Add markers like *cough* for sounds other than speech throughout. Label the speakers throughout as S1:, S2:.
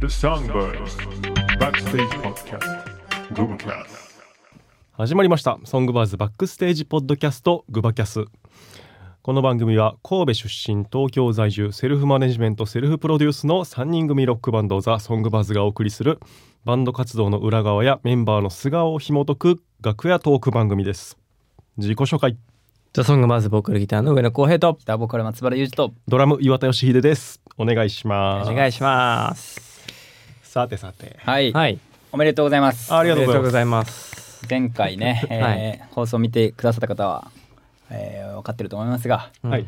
S1: Songbirds Backstage Podcast Googlecast
S2: 始まりました「ソングバーズバックステージポッドキャストグバキャス」この番組は神戸出身東京在住セルフマネジメントセルフプロデュースの3人組ロックバンドザ・ソングバーズがお送りするバンド活動の裏側やメンバーの素顔を紐解く楽屋トーク番組です自己紹介
S3: じゃあソングまずボーカルギターの上野浩平と
S4: 北ボーカル松原裕二と
S2: ドラム岩田義秀ですお願いしま
S3: お
S2: す
S3: 願いします。
S2: さてさて
S4: はい、
S3: はい、
S4: おめでとうございます
S2: ありがとうございます
S3: ざいます。
S4: 前回ね、えー放送を見てくださった方は、えー、分かってると思いますが
S3: うん
S2: はい、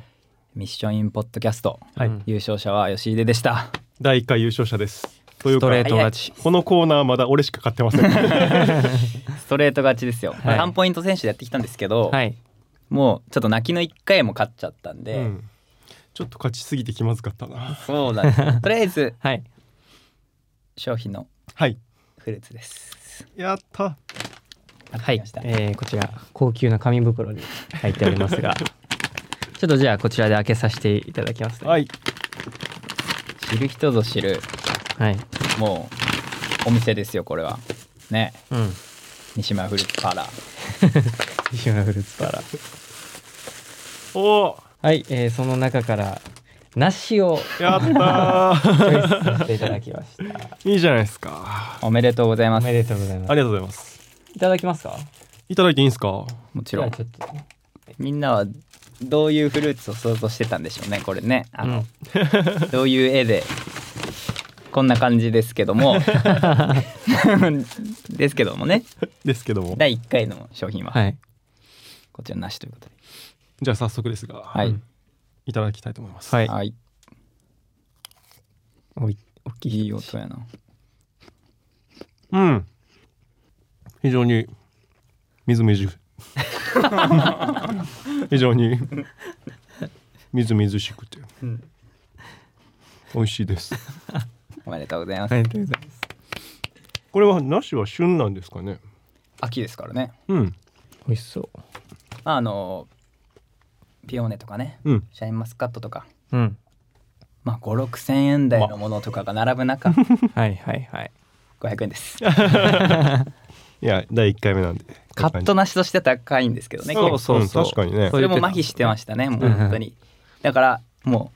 S4: ミッションインポッドキャスト、
S2: はい
S3: うん
S4: 優勝者は吉出でした
S2: 第1回優勝者ですという
S3: スト
S2: か
S3: レート勝ち。
S2: このコーナーまだ俺しか買ってません
S3: *laughs*
S4: ストレート勝ちですよ、
S3: はい
S4: 3ポイント選手でやってきたんですけど、
S3: はい。
S4: もうちょっと泣きの1回も勝っちゃったん
S2: う
S4: で、
S2: んちょっと勝ちすぎて気まずかったな
S4: そうだね *laughs* とりあえず
S3: はい。
S4: 商品の
S2: はい
S4: フルーツです
S2: やった
S3: は
S4: 買ってき
S3: い
S4: ました。
S3: えーこちら高級な紙袋に入っております *laughs* が、ちょっとじゃあこちらで開けさせていただきますね。
S2: はい
S4: 知る人ぞ知る
S3: はい。
S4: もうお店ですよこれはね
S3: うん。
S4: 西村フルーツパーラー
S3: 西村フルーツパーラー。
S2: おー
S3: はい、えーその中から梨を
S2: やった
S3: チ
S2: ー
S3: ョイスさせていただきま *laughs* した。
S2: *laughs* いいじゃないですか
S4: おめでとうござい
S3: お
S4: ます
S3: めでとうござい
S2: あ
S3: ま
S2: り
S3: す。
S2: がとうございます
S3: いただきますか。
S2: いただいていいんですか
S4: もち
S3: じ
S4: ろ
S3: ゃあ
S4: ん
S3: ちょっと。
S4: みんなはどういうフルーツを想像してたんでしょうねこれねあの、どういう絵でこんな感じですけどもですけどもね
S2: ですけども
S4: 第1回の商品は
S3: はい。
S4: こちらなしということで
S2: じゃあ早速ですが、
S4: はい、
S2: うんいただきたいと思います、
S3: はい。
S4: はい、
S3: おい。大
S4: い
S3: きい。
S4: い音やな
S2: うん非常にみずみ
S4: *laughs*
S2: ず非常にみずみずしくて、美味しいです
S4: おめでとうございます、
S3: ありがとうございます。
S2: これは梨は旬なんですかね
S4: 秋ですからね
S2: うん
S3: 美味しそう。
S4: まああのピオーネとかね
S2: うん
S4: シャインマスカットとか
S3: うん。
S4: まあ5 6千円台のものとかが並ぶ中、
S3: はいはいはい。
S4: 500円です
S2: いや第一回目なんで
S4: カットなしとして高いんですけどね
S3: そうそうそう。
S2: うん確かにね
S4: それも麻痺してま
S3: し
S4: したね、もう本当に。だから、も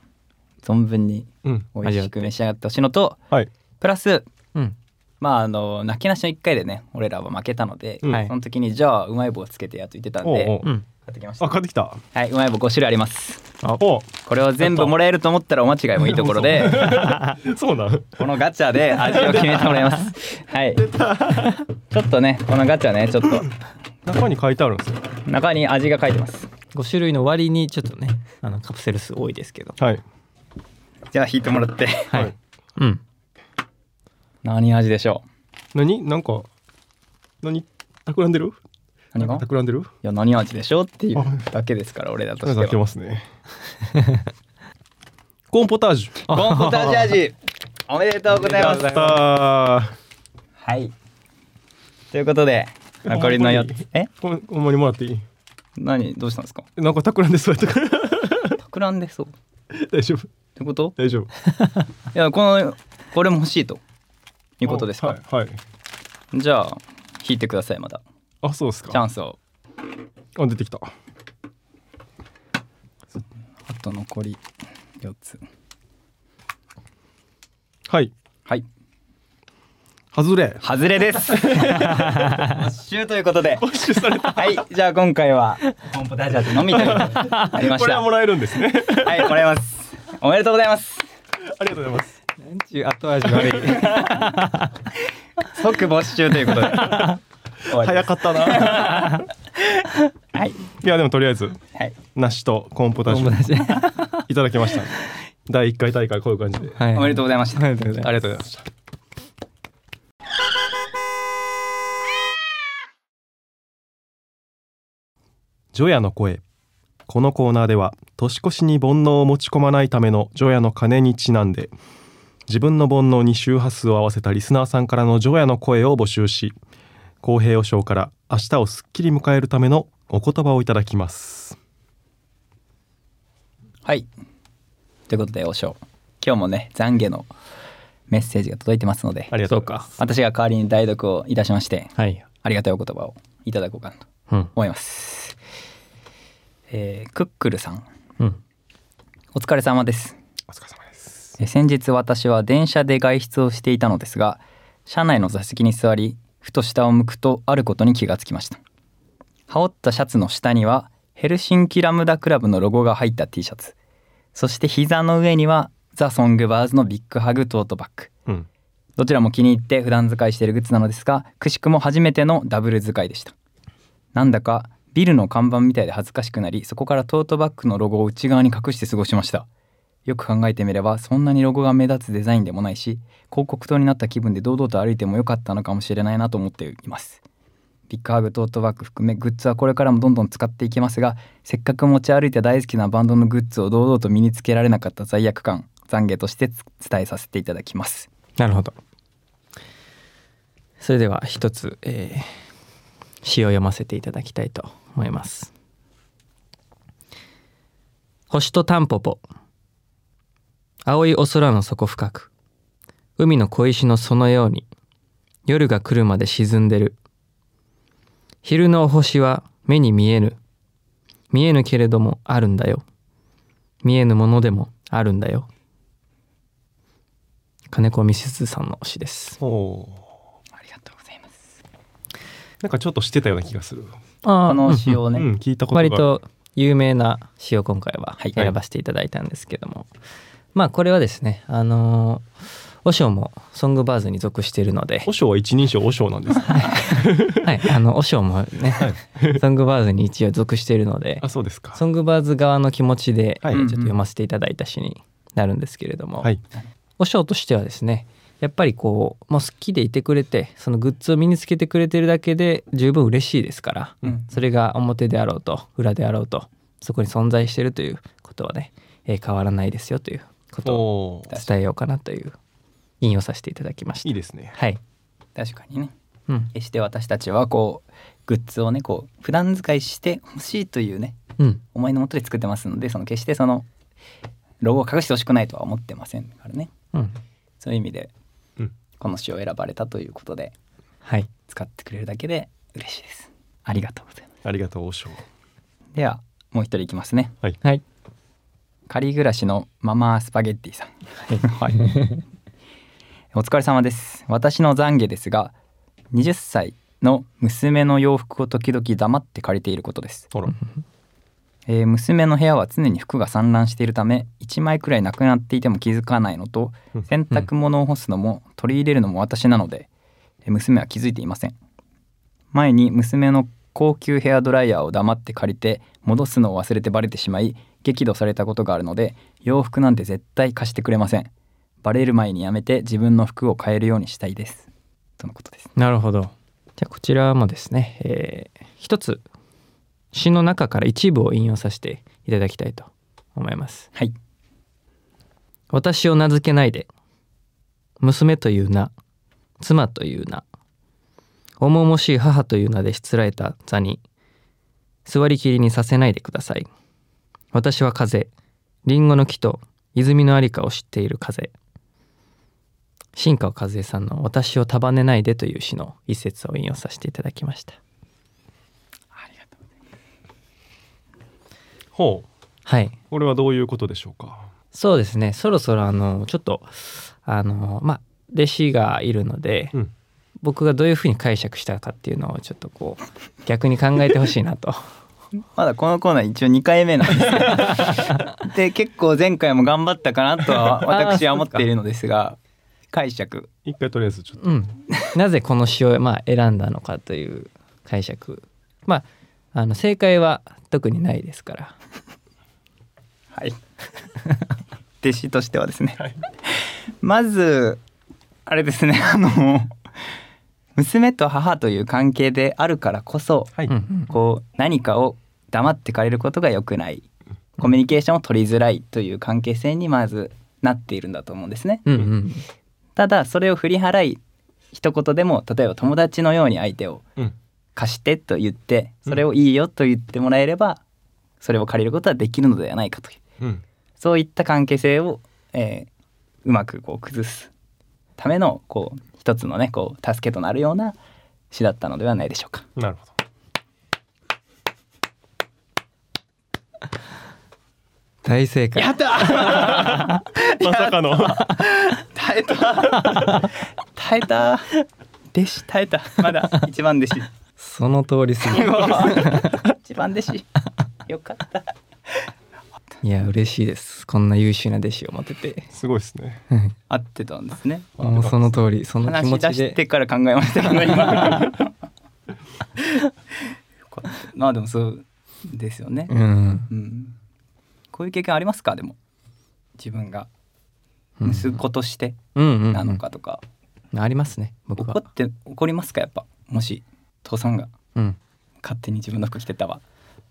S4: う存分に
S2: うん
S4: 美味しく召し上がってほしいのと、
S2: はい
S4: プラス、
S3: た。うん。
S4: まあ、あの、泣きなしの1回でね、俺らは負けたので、
S2: うん
S3: はい
S4: その時に、じゃあ、うまい棒つけてやと言ってたんで、
S2: おうおう
S3: うん。
S4: 買ってきました
S2: あ。買ってきた
S4: はい、うまい棒5種類あります。
S2: お
S4: これを全部もらえると思ったらお間違いもいいところ
S2: *laughs*
S4: で、
S2: そうなん
S4: このガチャで味を決めてもらいます。はい。ちょっとね、このガチャね、ちょっと、
S2: 中に書いてあるんですよ
S4: 中に味が書いてます。
S3: 5種類の割にちょっとね *laughs* あのカプセル数多いですけど
S2: はい
S4: じゃあ、引いてもらって。
S3: はい、
S2: はい
S3: うん
S4: 何味でしょ
S2: 何なんか何企んでる
S4: う何が
S2: 企んでる
S4: いや何味でしょうっていうだけですから俺だとして
S2: 開け
S4: は
S2: ますね *laughs* コーンポタージュ
S4: コーンポタージュ味おめでとうございます
S2: やった
S4: はいということで
S2: ー
S4: 残りの4つえ
S2: ほんほんまにもらっていい
S4: 何どうしたんですか
S2: なんか企んでそうやったから *laughs*
S4: 企んでそうっ
S2: 大丈夫
S4: てこと
S2: 大丈夫
S4: いやこのこれも欲しいということですか、
S2: あはい、はい、
S4: じゃあ引いてくださいまだ
S2: あそうです
S4: チャ
S2: か
S4: ンスを
S2: あ出てきた
S4: あと残り4つ
S2: はい
S4: はい
S2: 外れ
S4: 外れです
S2: *laughs*
S4: 没収ということで
S2: 没収された
S4: はいじゃあ今回はコーンポタージュ味のみということでありました
S2: これはもらえるんですね *laughs*
S4: はい、もらいます。おめでとうございます。
S2: ありがとうございます
S3: 何ちゅう *laughs* 後味悪い
S4: 即没収ということで。
S2: *laughs* 早
S4: っ
S2: かったな
S4: た。は
S2: *laughs*
S4: い。
S2: いやでもとりあえず
S4: はい。
S2: 梨とコーンポタージ
S3: 友
S2: ュ
S3: 達はい
S2: ただきま *laughs* した第1回大会こういう感じで
S3: い *laughs*
S4: おめでと
S3: う
S4: うございました。
S3: ありがとうございます
S2: ありがとうございましたジョヤの声このコーナーでは年越しに煩悩を持ち込まないためのジョヤの鐘にちなんで自分の煩悩に周波数を合わせたリスナーさんからのジョヤの声を募集し公平和尚から明日をすっきり迎えるためのお言葉をいただきます
S4: はい。ということで、おしょう。今日もね、懺悔のメッセージが届いてますので
S2: ありがとうございます
S4: 私が代わりに代読をいたしまして
S3: はい。
S4: ありがたいお言葉をいただこうかなと
S3: うん。
S4: 思います、えークックルさん
S3: うん。
S4: お疲れ様です
S2: お疲れ様です
S4: えー先日私は電車で外出をしていたのですが車内の座席に座りふと下を向くとあることに気がつきました羽織ったシャツの下にはヘルシンキラムダクラブのロゴが入った T シャツそして膝の上にはザ・ソングバーズのビッグハグトートバッグ
S2: うん
S4: どちらも気に入って普段使いしているグッズなのですがくしくも初めてのダブル使いでしたなんだかビルの看板みたいで恥ずかしくなりそこからトートバッグのロゴを内側に隠して過ごしましたよく考えてみればそんなにロゴが目立つデザインでもないし広告塔になった気分で堂々と歩いてもよかったのかもしれないなと思っていますビッグハグトートバッグ含めグッズはこれからもどんどん使っていきますがせっかく持ち歩いて大好きなバンドのグッズを堂々と身につけられなかった罪悪感懺悔としてつ伝えさせていただきます
S3: なるほど。それでは一つ、えー詩を読ませていただきたいと思います。星とタンポポ青いお空の底深く海の小石のそのように夜が来るまで沈んでる昼のお星は目に見えぬ見えぬけれどもあるんだよ見えぬものでもあるんだよ金子みすずさんの詩です
S2: おー
S4: ありがとうございます。
S2: なんかちょっとしてたような気がする、
S3: あ
S4: この詩を
S2: う
S4: ね、
S2: ん聞いたことがある
S3: 割と有名な詩を今回は
S4: はい
S3: 選ばせていただいたんですけども、まあこれはですねあのー、和尚もソングバーズに属しているので
S2: 和、尚は一人称和尚なんですね
S3: はい、あの和尚もね、 *laughs* ソングバーズに一応属しているので
S2: あそうですか
S3: ソングバーズ側の気持ちでち
S2: は
S3: ょ
S2: い
S3: っと読ませていただいた詩になるんですけれども、
S2: はい
S3: 和尚としてはですねやっぱりこうもう好きでいてくれてそのグッズを身につけてくれてるだけで十分嬉しいですから、
S4: うん
S3: それが表であろうと裏であろうとそこに存在してるということはね、えー変わらないですよということを
S2: おー
S3: 伝えようかなという引用させていただきました。
S2: いいですね
S3: はい、
S4: 確かにね。
S3: うん
S4: 決して私たちはこうグッズをね、こう普段使いしてほしいというね
S3: うん、
S4: 思いのもとで作ってますので、その決してそのロゴを隠してほしくないとは思ってませんからね。
S3: うん、
S4: そういう意味で
S2: うん
S4: この詩を選ばれたということで
S3: はい、
S4: 使ってくれるだけで嬉しいです。ありがとうございま
S2: ありがとう和尚
S4: す。ではもう一人いきますね。
S3: はい、
S4: 仮暮らしのママスパゲッティさん。はい。お疲れ様です。私の懺悔ですが、20歳の娘の洋服を時々黙って借りていることです。
S2: ほら
S4: えー娘の部屋は常に服が散乱しているため1枚くらいなくなっていても気づかないのと
S2: うん
S4: 洗濯物を干すのも取り入れるのも私なのでえー娘は気づいていません前に娘の高級ヘアドライヤーを黙って借りて戻すのを忘れてバレてしまい激怒されたことがあるので洋服なんて絶対貸してくれませんバレる前にやめて自分の服を買えるようにしたいですとのことです
S3: なるほど。じゃあこちらもですね、えー一つ詩の中から一部を引用させていただきたいと思います。
S4: はい
S3: 私を名付けないで娘という名妻という名重々しい母という名でしつらえた座に座りきりにさせないでください私は風リンゴの木と泉のありかを知っている風新川和恵さんの「私を束ねないで」という詩の一節を引用させていただきました
S4: ありがとう
S2: ほう
S3: はい
S2: これはどういうことでしょうか
S3: そうですねそろそろあのちょっとあのまあ弟子がいるので、
S2: うん
S3: 僕がどういうふうに解釈したかっていうのをちょっとこう逆に考えてほしいなと *laughs*
S4: まだこのコーナー一応2回目なんです
S3: *laughs*
S4: けどで結構前回も頑張ったかなとは私は思っているのですが解釈
S2: 一回とりあえずちょっと
S3: うんなぜこの詩を、まあ、選んだのかという解釈まああの正解は特にないですから
S4: はい *laughs* 弟子としてはですね、まずあれですねあの娘と母という関係であるからこそ
S2: は
S3: うんうん
S4: こう何かを黙って借りることが良くないコミュニケーションを取りづらいという関係性にまずなっているんだと思うんですね。
S3: うんうん
S4: ただそれを振り払い一言でも例えば友達のように相手を
S2: うん
S4: 貸してと言ってそれをいいよと言ってもらえればそれを借りることはできるのではないかという
S2: うん
S4: そういった関係性を、えーうまくこう崩すためのこう一つのねこう助けとなるような詩だったのではないでしょうか。
S2: なるほど。
S3: 大正解
S4: った
S2: まさかの
S4: 耐えた耐えた弟子耐えたまだ一番弟 *laughs* 子
S3: その通りす *laughs* ぎる
S4: 一番弟子よかった
S3: いや嬉しいですこんな優秀な弟子を持て
S4: *laughs*
S3: て
S2: すごいですね。
S3: はい
S4: 合ってたんですね
S3: もうその通りその気
S4: 話
S3: 持
S4: し出
S3: ち
S4: して
S3: で
S4: から考えましたけ
S3: *laughs*
S4: ど今よかったまあでもそうですよね
S3: う、ん
S4: うん、こういう経験ありますかでも自分が
S3: うん
S4: 息子として
S3: うんうんうん
S4: なのかとか、
S3: ありますね僕
S4: 怒
S3: は
S4: って怒りますかやっぱもし父さんが
S3: うん
S4: 勝手に自分の服着てたわ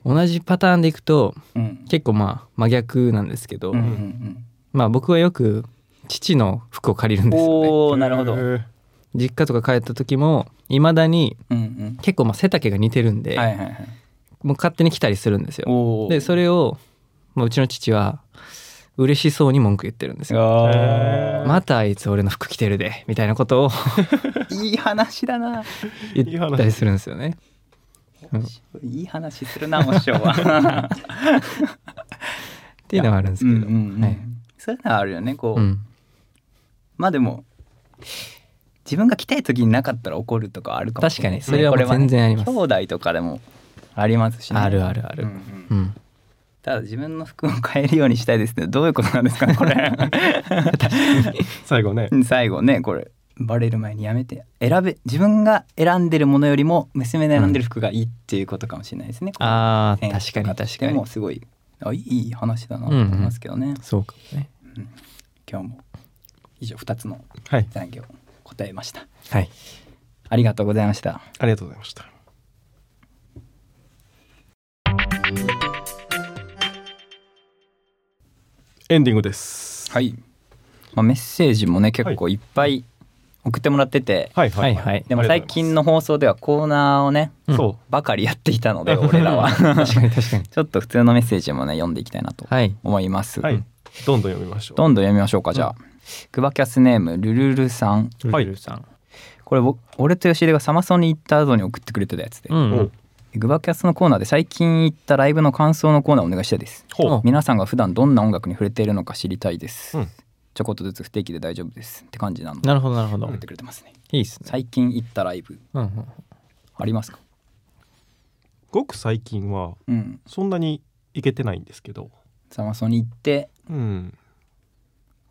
S3: 同じパターンでいくと
S4: うん
S3: 結構まあ真逆なんですけど、
S4: うんうんうん
S3: まあ僕はよく父の服を借りるんですよね
S4: おおなるほど。
S2: へ
S4: うん
S2: ー
S3: 実家とか帰った時もいまだに
S4: うん。
S3: 結構まあ背丈が似てるんで、
S4: はいはいはい。
S3: もう勝手に来たりするんですよ
S4: おお。
S3: でそれを、まあ、うちの父は嬉しそうに文句言ってるんですよ
S4: あ
S3: またあいつ俺の服着てるでみたいなこと
S4: *laughs*
S3: を
S4: ーいい話だな。
S3: 言ったりするんですよねうんっ
S4: いい話するなお師匠は。
S3: ていうのはあるんです
S4: う
S3: け
S4: んう
S3: ど、
S4: んうん
S3: はい
S4: そういうのはあるよね。こう、
S3: うん
S4: まあでも自分が来たい時になかったら怒るとかあるかもし
S3: 確か
S4: れない
S3: にそれはもう全然あります、
S4: 兄弟とかでもありますし、ね。
S3: ある
S4: あ
S3: あるある、
S4: う
S3: うんん
S4: ただ自分の服を変えるようにしたいですね。どういうことなんですかねこ
S3: *laughs*
S4: れ。
S2: 最後ね。
S4: *laughs* 最後ねこれバレる前にやめて選べ自分が選んでるものよりも娘の選んでる服がいいっていうことかもしれないですね。
S3: あ
S4: こう
S3: ー確かに確か
S4: で
S3: に
S4: もすごいあいいいい話だなと思いますけどね、
S3: そうかもね
S4: 今日も以上2つの
S2: はい。
S4: 残業答えました
S3: はい
S4: ありがとうございました
S2: ありがとうございました。エンディングです。
S4: はい、まあ、メッセージもね結構いっぱい送ってもらってて、
S2: はいはい
S3: はいはい
S4: でも最近の放送ではコーナーをね
S2: ありがとうございます
S4: ばかりやっていた
S3: *laughs*
S4: ので俺らは *laughs*
S3: 確かに確かに
S4: ちょっと普通のメッセージもね読んでいきたいなと
S3: *laughs* はい
S4: 思います、
S2: そうはいどんどん読みましょう。
S4: どんどん読みましょうかじゃあ、グバキャスネームルルルさん
S2: はい
S3: ルルさん
S4: これ僕俺と吉出がサマソニ行った後に送ってくれてたやつで、
S3: うん、
S2: うん
S4: グバキャスのコーナーで最近行ったライブの感想のコーナーお願いしたいです
S2: ほう。
S4: 皆さんが普段どんな音楽に触れているのか知りたいです、
S2: うん
S4: ちょこっとずつ不定期で大丈夫ですって感じなので
S3: なるほどなるほど、
S4: 送っ
S3: い
S4: てくれてますね
S3: いっすね、
S4: 最近行ったライブ
S3: うんうん、
S4: ありますか
S2: ごく最近は
S4: うん
S2: そんなに行けてないんですけど。
S4: サマソニ行って
S2: うん。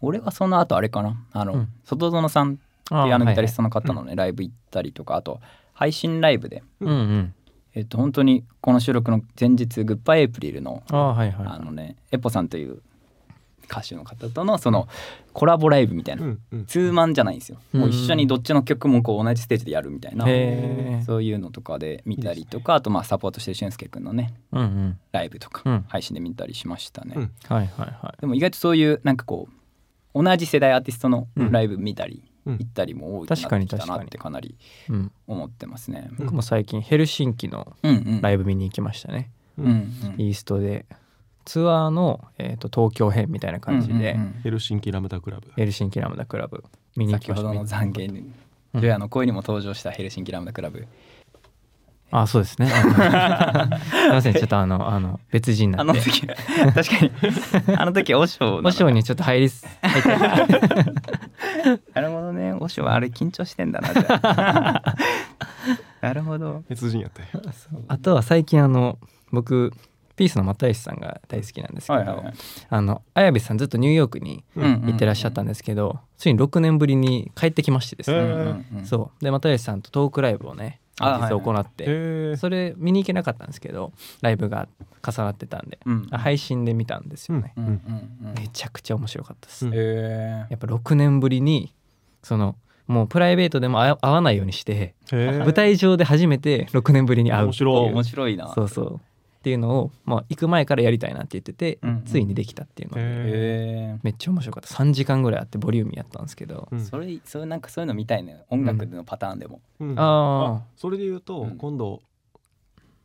S4: 俺はその後あれかなあの、
S3: うん
S4: 外園さんって
S3: あ
S4: いうあのギタリス
S3: ト
S4: トの方のね、ライブ行ったりとかあと配信ライブで
S3: うんうん
S4: えっと本当にこの収録の前日グッバイエイプリルの
S3: ああはいはい
S4: あのねエポさんという歌手の方とのそのコラボライブみたいな、
S2: うんうん。
S4: ツーマンじゃないんですよ、
S3: うん
S4: もう一緒にどっちの曲もこう同じステージでやるみたいな
S3: へー
S4: そういうのとかで見たりとかあとまあサポートしてる俊介くんのね
S3: うんうん
S4: ライブとか、
S3: うん
S4: 配信で見たりしましたね、
S2: うん
S3: はいはいは
S4: でも意外とそういうなんかこう同じ世代アーティストのライブ見た
S2: う
S4: り、
S2: ん
S4: 行ったりも多いなってきたなってかなり
S3: い、うん、
S4: 思ってますね。
S2: ん
S3: 僕も最近ヘルシンキの
S4: うんうん
S3: ライブ見に行きましたね、
S4: うんうん
S3: イーストでツアーの、えー、と東京編みたいな感じで、
S4: うんうんうん
S2: ヘルシンキラムダクラブ。
S3: ヘルシンキラムダクラブ見に行
S4: 先
S3: きま
S4: ほ
S3: し
S4: ど
S3: た
S4: の懺悔に「ジョヤの声」にも登場したヘルシンキラムダクラブ
S3: ああそうですねすい
S4: *laughs*
S3: ませんちょっとあのあの別人
S4: あ
S3: なん
S4: の
S3: で
S4: 時 *laughs* 確かにあの時和尚なの
S3: 和尚にちょっと入り *laughs* す入って
S4: なるほどね和尚はあれ緊張してんだなじゃ *laughs* あなるほど
S2: 別人やって。
S3: あとは最近あの僕ピースの又吉さんが大好きなんですけど、あの綾部さんずっとニューヨークに行ってらっしゃったんですけど、ついに6年ぶりに帰ってきましてです
S2: へ
S3: ね、
S2: ー
S3: そうで又吉さんとトークライブをね
S4: あはいはい
S3: 実は行って、
S2: へえ。
S3: それ見に行けなかったんですけどライブが重なってたんで、
S4: うん
S3: あ配信で見たんですよね、
S4: うんうんうん
S3: めちゃくちゃ面白かったです、
S2: うん
S4: へえ
S3: やっぱ6年ぶりにそのもうプライベートでも会会わないようにして
S2: へ
S3: *laughs* 舞台上で初めて6年ぶりに会う
S2: 面白い。
S4: 面白いな
S3: そうそうっていうのを、まあ、行く前からやりたいなって言ってて、
S4: うんうん
S3: ついにできたっていうので
S2: へ
S4: へ
S3: めっちゃ面白かった3時間ぐらいあってボリューミーやったんですけど、
S2: え。
S4: えそれそういうなんかそういうの見たいね音楽でのパターンでも
S2: うん
S3: ああ
S2: それで言うと、
S4: うん
S2: 今度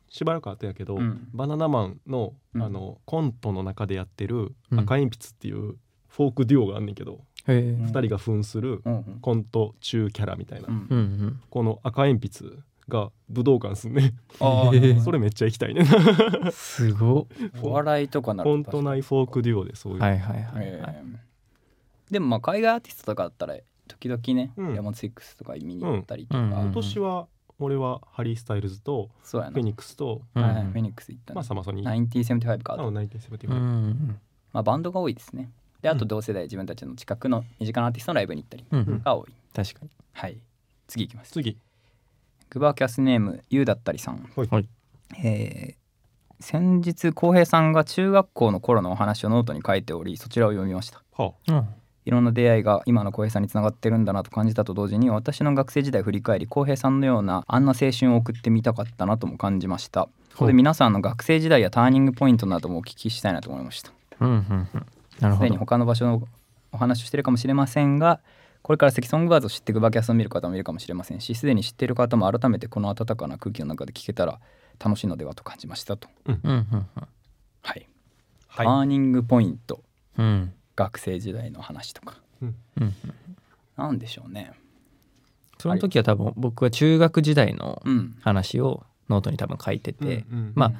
S2: しばらく後やけど、
S4: うん
S2: バナナマンの,、
S4: うん
S2: あのコントの中でやってる
S3: うん
S2: 赤鉛筆っていうフォークデュオがあんねんけど、
S3: へ
S4: え
S2: 2人が扮する
S4: うんうん
S2: コント中キャラみたいな、
S4: うん
S3: うんうん
S2: この赤鉛筆が武道館っすね
S4: ああ、
S3: えー
S4: *laughs*
S2: それめっちゃ行きたいね
S3: すご
S4: お笑いとかなら
S2: コント内フォークデュオでそういう、
S3: はいはいはい
S4: え
S3: はい、
S4: ーでもまあ海外アーティストとかだったら時々ね、
S2: うん
S4: ヤマツイックスとか見に行ったりとか、
S3: うんうん
S2: 今年は俺はハリー・スタイルズと
S4: そうや
S2: フ
S4: な、
S2: ェニックスと
S3: うん
S4: はいはいフェニックス行った
S2: まあ
S4: ね、
S2: さまさに
S4: ナインティセブンティファイブかあと
S2: ナインティセブンティ
S3: う
S2: ファイ
S3: ん
S4: まあ、バンドが多いですねであ
S2: う
S4: と
S2: ん
S4: 同世代自分たちの近くの身近なアーティストのライブに行ったり
S3: うんうん
S4: が多い
S3: 確かに
S4: はい次いきます
S2: 次
S4: グバーキャスネームユウだったりさん
S2: はい
S3: はい
S4: えー先日浩平さんが中学校の頃のお話をノートに書いておりそちらを読みました
S2: はあ
S3: うん
S4: いろんな出会いが今の浩平さんにつながってるんだなと感じたと同時に私の学生時代を振り返り浩平さんのようなあんな青春を送ってみたかったなとも感じましたここで皆さんの学生時代やターニングポイントなどもお聞きしたいなと思いました
S3: うんうんうんなる
S4: す
S3: ほ
S4: でに
S3: ど
S4: 他の場所のお話をしてるかもしれませんがこれからセキソングバーズを知ってグバキャスを見る方もいるかもしれませんしすでに知っている方も改めてこの温かな空気の中で聞けたら楽しいのではと感じましたと
S3: うんうん
S4: はい、
S2: は
S4: ターニングポイント
S3: うんうん
S4: 学生時代の話とか
S3: うんうん
S4: なんでしょうね
S3: その時は多分僕は中学時代の
S4: うん
S3: 話をノートに多分書いてて、
S2: うんうん
S3: まあ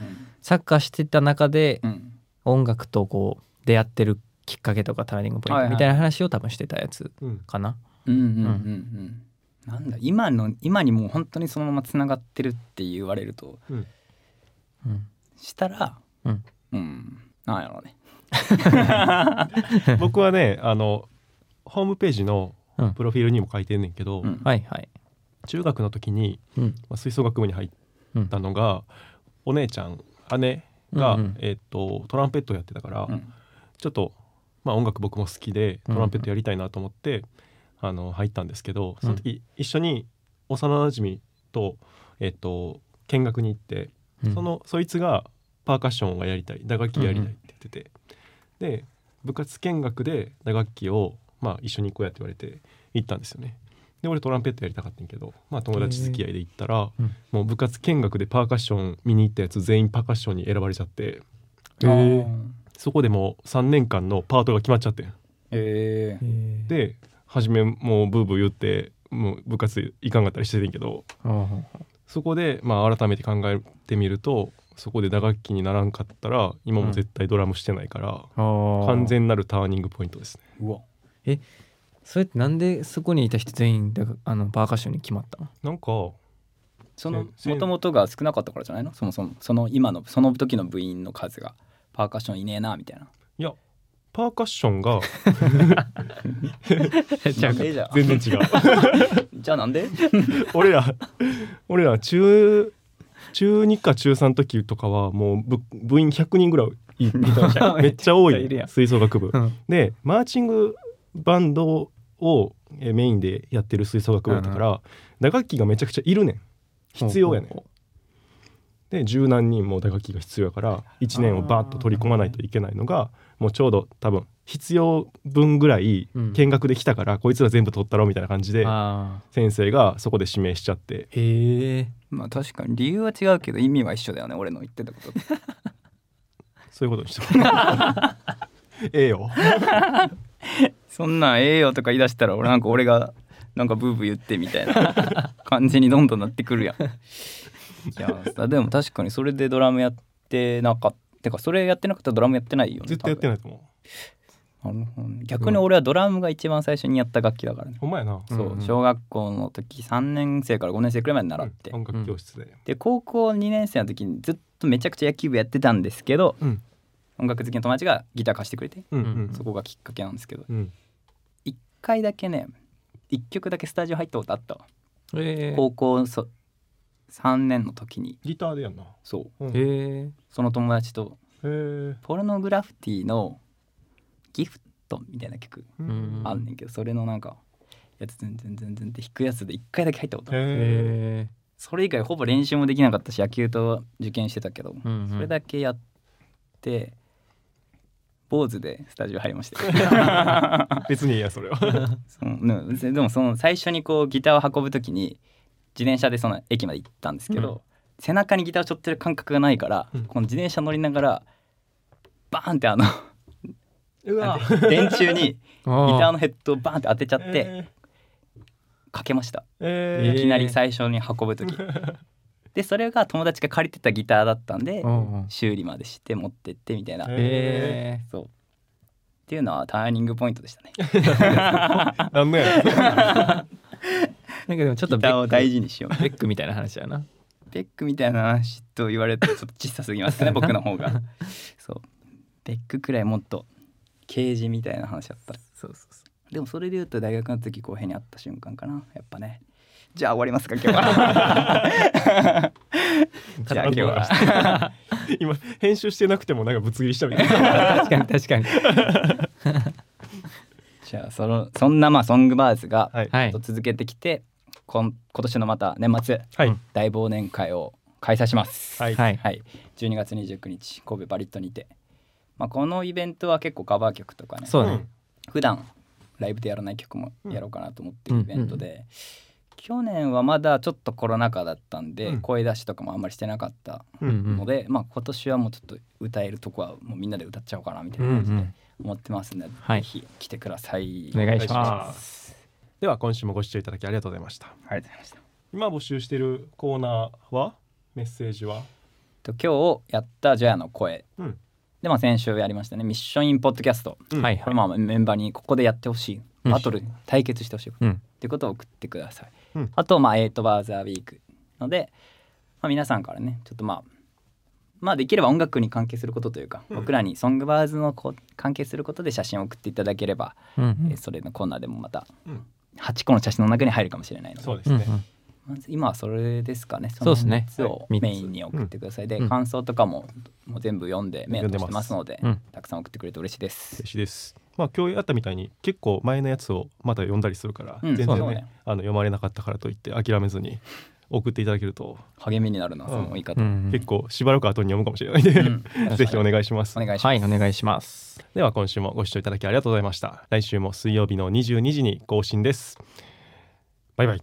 S3: サッカーしてた中で
S4: うん
S3: 音楽とこう出会ってるきっかけとかターニングポイン
S4: は
S3: ト
S4: いはい
S3: みたいな話を多分してたやつ
S2: うん
S3: かな。
S4: うんうんうんうんなんだ今の今にもう本当にそのままつながってるって言われると
S2: うん
S3: うん
S4: したら
S3: うん
S4: うんなんやろうね
S2: *laughs* 僕はねあのホームページの
S3: うん
S2: プロフィールにも書いてんねんけど、
S4: うん
S3: はいはい。
S2: 中学の時に、
S3: うん
S2: まあ、吹奏楽部に入ったのが、お姉ちゃん姉が、
S3: うんうん
S2: えっとトランペットをやってたから、
S4: うん
S2: ちょっと、まあ、音楽僕も好きで
S3: う
S2: ト
S3: ん
S2: ランペットやりたいなと思って、あの入ったんですけどその時、一緒に幼なじみと,、えっと見学に行って、
S3: うん
S2: そのそいつがパーカッションがやりたい打楽器やりたいって言ってて、で部活見学で打楽器を、まあ、一緒に行こうやって言われて行ったんですよね。で俺トランペットやりたかったんやけど、まあ、友達付き合いで行ったら、
S3: うん
S2: もう部活見学でパーカッション見に行ったやつ全員パーカッションに選ばれちゃって
S3: へー
S4: あー
S2: そこでもう3年間のパートが決まっちゃってん
S4: ええ
S3: で、
S2: で初めもうブーブー言ってもう部活いかんかったりしててんけど
S3: うん
S2: そこでまあ改めて考えてみるとそこで打楽器にならんかったら今も絶対ドラムしてないから、完全なるターニングポイントですね。
S4: うわ
S3: それってなんでそこにいた人全員だかあのパーカッションに決まったの
S2: なんか
S4: その
S2: せ
S4: もともとが少なかったからじゃないのそもそもその今のその時の部員の数がパーカッションいねえなみたいな。
S2: いやパーカッションが
S4: なんでじゃあ
S2: 全 *laughs* 然違う
S4: じゃあなんで
S2: *laughs* 俺ら俺ら中中2か中3の時とかはもう部部員100人ぐらいいいためっちゃ多
S3: めっちゃいる
S2: い
S3: やん
S2: 吹奏楽部
S3: う。ん
S2: でマーチングバンドをえーメインでやってる吹奏楽部だったから、打楽器がめちゃくちゃいるねん必要やねん
S3: ほうほ
S2: で十何人も打楽器が必要やから1年をバーッと取り込まないといけないのがもうちょうど多分必要分ぐらい
S3: うん
S2: 見学できたから、こいつら全部取ったろみたいな感じで
S3: あ
S2: 先生がそこで指名しちゃって
S3: ーへえ
S4: *laughs* まあ確かに理由は違うけど意味は一緒だよね俺の言ってたこと。
S2: そういうことにしてもらう *laughs* ええよ
S4: そんなんええよとか言い出したら俺なんか俺がなんかブーブー言ってみたい *laughs* な感じにどんどんなってくるやん。いやさでも確かにそれでドラムやってなかった。てかそれやってなかったらドラムやってないよね。。
S2: 絶対やってないいと思う
S4: なるほどね逆に俺はドラムが一番最初にやった楽器だからね。
S2: ほんまやな
S4: そう、
S3: うんうん
S4: 小学校の時3年生から5年生くらいまで習って、
S2: うん音楽教室で、
S4: で高校2年生の時にずっとめちゃくちゃ野球部やってたんですけど、
S2: うん
S4: 音楽好きの友達がギター貸してくれて、
S2: うん、うん
S4: そこがきっかけなんですけど
S2: うん
S4: 1回だけね1曲だけスタジオ入ったことあったわ、
S3: へえ
S4: 高校そ3年の時に
S2: ギターでやんな
S4: そう
S2: うんへ
S3: へえ
S4: その友達と
S2: え
S4: ポルノグラフィティの「ギフト」みたいな曲
S3: うん
S4: あんねんけど、それのなんかやつ全然全然って弾くやつで1回だけ入ったことある
S2: へえ
S3: へえ
S4: それ以外ほぼ練習もできなかったし野球と受験してたけど、それ
S3: れ
S4: だけやって坊主でスタジオ入りました
S2: 別にいいやそれは
S4: そのねでもその最初にこうギターを運ぶ時に自転車でその駅まで行ったんですけど、
S3: うん
S4: 背中にギターを背負ってる感覚がないから、
S2: うん
S4: この自転車乗りながらバーンってあの
S2: *laughs* うわ
S4: 電柱にギ
S3: ギ
S4: ター
S3: の
S4: のヘッドをバーンって当てちゃって、
S2: え
S4: かけました
S2: ーえ
S4: い
S2: ー
S4: きなり最初に運ぶ時でそれが友達が借りてたギターだったんで
S3: うん
S4: 修理までして持ってってみたいな、
S2: え
S4: そうっていうのはターニングポイントでしたね
S2: なんのやろ
S3: なんかでもちょっと
S4: ギ
S3: ベ
S4: ターを
S3: ック
S4: 大事にしよう
S3: ベックみたいな話やな
S4: ベックみたいな話と言われるとちょっと小さすぎま
S3: *laughs*
S4: すね僕の方がそうベックくらいもっとケージみたいな話だったら
S3: そうそうそ
S4: でもそれで言うと大学の時公平に会った瞬間かなやっぱねじゃあ終わりますか今日
S3: *laughs*
S4: は
S3: う
S4: じゃあ今日は
S2: *laughs* 今編集してなくてもなんかぶつ切りしたみたい
S3: *laughs*
S2: な
S3: 確かに確かに
S4: じゃあそのそんなまあソングバーズが
S2: はい
S3: は
S4: ずっ
S3: い
S4: と続けてきて、こん今年のまた年末
S2: はい
S4: 大忘年会を開催します
S2: はい
S3: はい
S4: はい、12月29日神戸バリットにて、まあ、このイベントは結構カバー曲とかね
S3: そう
S2: う
S3: ね
S2: ん
S4: 普段ライブでやらない曲もやろうかなと思って
S3: う
S4: る
S3: ん
S4: イベントで、去年はまだちょっとコロナ禍だったんで、
S2: うん
S4: 声出しとかもあんまりしてなかった
S3: うんうん
S4: ので、まあ、今年はもうちょっと歌えるとこはもうみんなで歌っちゃおうかなみた
S3: うん
S4: いな
S3: う
S4: 感じで
S3: ん
S4: 思ってますので、
S3: はい
S4: ぜひ来てください。
S3: お願いし
S2: お願
S3: ま
S2: いしますすでは今週もご視聴いただきありがとうございました
S4: ありがとうございました
S2: 今募集しているコーナーはメッセージは
S4: と今日やったジョヤの声、
S2: うん
S4: で、まあ、先週やりましたね「ミッション・イン・ポッドキャスト」
S2: うん
S3: はい
S4: こ
S3: は
S4: れ
S3: い
S4: まあメンバーにここでやってほしい
S3: うん
S4: バトル対決してほしいこと
S3: うん
S4: ってことを送ってください、
S2: うん
S4: あとまあエイトバーザーウィークので、まあ、皆さんからねちょっとまあまあできれば音楽に関係することというか、
S2: うん
S4: 僕らにソングバーズのこう関係することで写真を送っていただければ、
S3: うん
S4: えーそれのコーナーでもまた
S2: うん
S4: 8個の写真の中に入るかもしれないので
S2: そうです
S3: うんう
S2: ね、
S3: ん
S4: まず今はそれですかね
S3: そうですね
S4: その三つを
S3: はい
S4: メインに送ってください、
S3: う
S4: で
S3: ん
S4: 感想とかももう全部読んで目を通してますので
S3: 読んでます
S4: たくさん送ってくれて嬉しいです
S2: 嬉しいですまあ今日あったみたいに結構前のやつをまた読んだりするから、
S4: うん
S2: 全
S4: そ
S2: 然
S4: う
S2: ね
S4: ね
S2: あの読まれなかったからといって諦めずに送っていただけると、
S4: 励みになるなその言い方、
S3: うん
S2: 結構しばらく後に読むかもしれないんで、 *laughs*
S4: うん
S2: ぜひお願いします
S4: *laughs* お願いします、
S3: はいお願いします
S2: では今週もご視聴いただきありがとうございました来週も水曜日の22時に更新ですバイバイ